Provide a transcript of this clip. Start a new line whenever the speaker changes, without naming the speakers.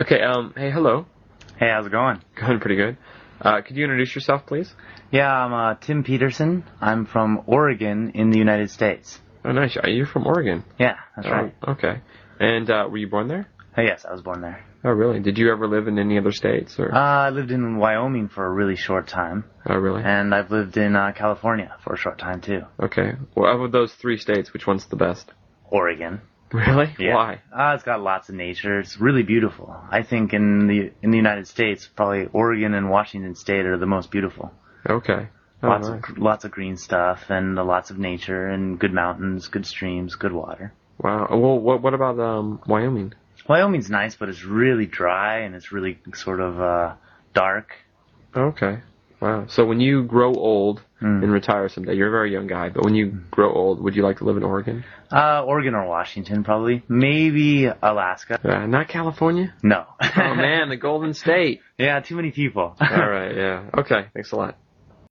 Okay. Um. Hey. Hello.
Hey, how's it going?
Going pretty good. Uh, could you introduce yourself, please?
Yeah, I'm uh, Tim Peterson. I'm from Oregon in the United States.
Oh, nice. Uh, You're from Oregon.
Yeah, that's
Oh,
right.
Okay. And uh, were you born there?
Uh, yes, I was born there.
Oh, really? Did you ever live in any other states? Or
Uh, I lived in Wyoming for a really short time,
oh, really?
and I've lived in uh, California for a short time too.
Okay. Well, out of those three states, which one's the best?
Oregon.
Really?
Yeah.
Why?
Uh, it's got lots of nature. It's really beautiful. I think in the in the United States, probably Oregon and Washington State are the most beautiful.
Okay. Oh,
Lots
nice.
of lots of green stuff and lots of nature and good mountains, good streams, good water.
Wow. Well, what what about um Wyoming?
Wyoming's nice, but it's really dry and it's really sort of uh, dark.
Okay. Wow. So when you grow old
Hmm.
and retire someday, you're a very young guy, but when you grow old, would you like to live in Oregon?
Uh, Oregon or Washington, probably. Maybe Alaska.
Uh, not California?
No.
Oh man, the Golden State.
yeah, too many people.
All right, yeah. Okay, thanks a lot.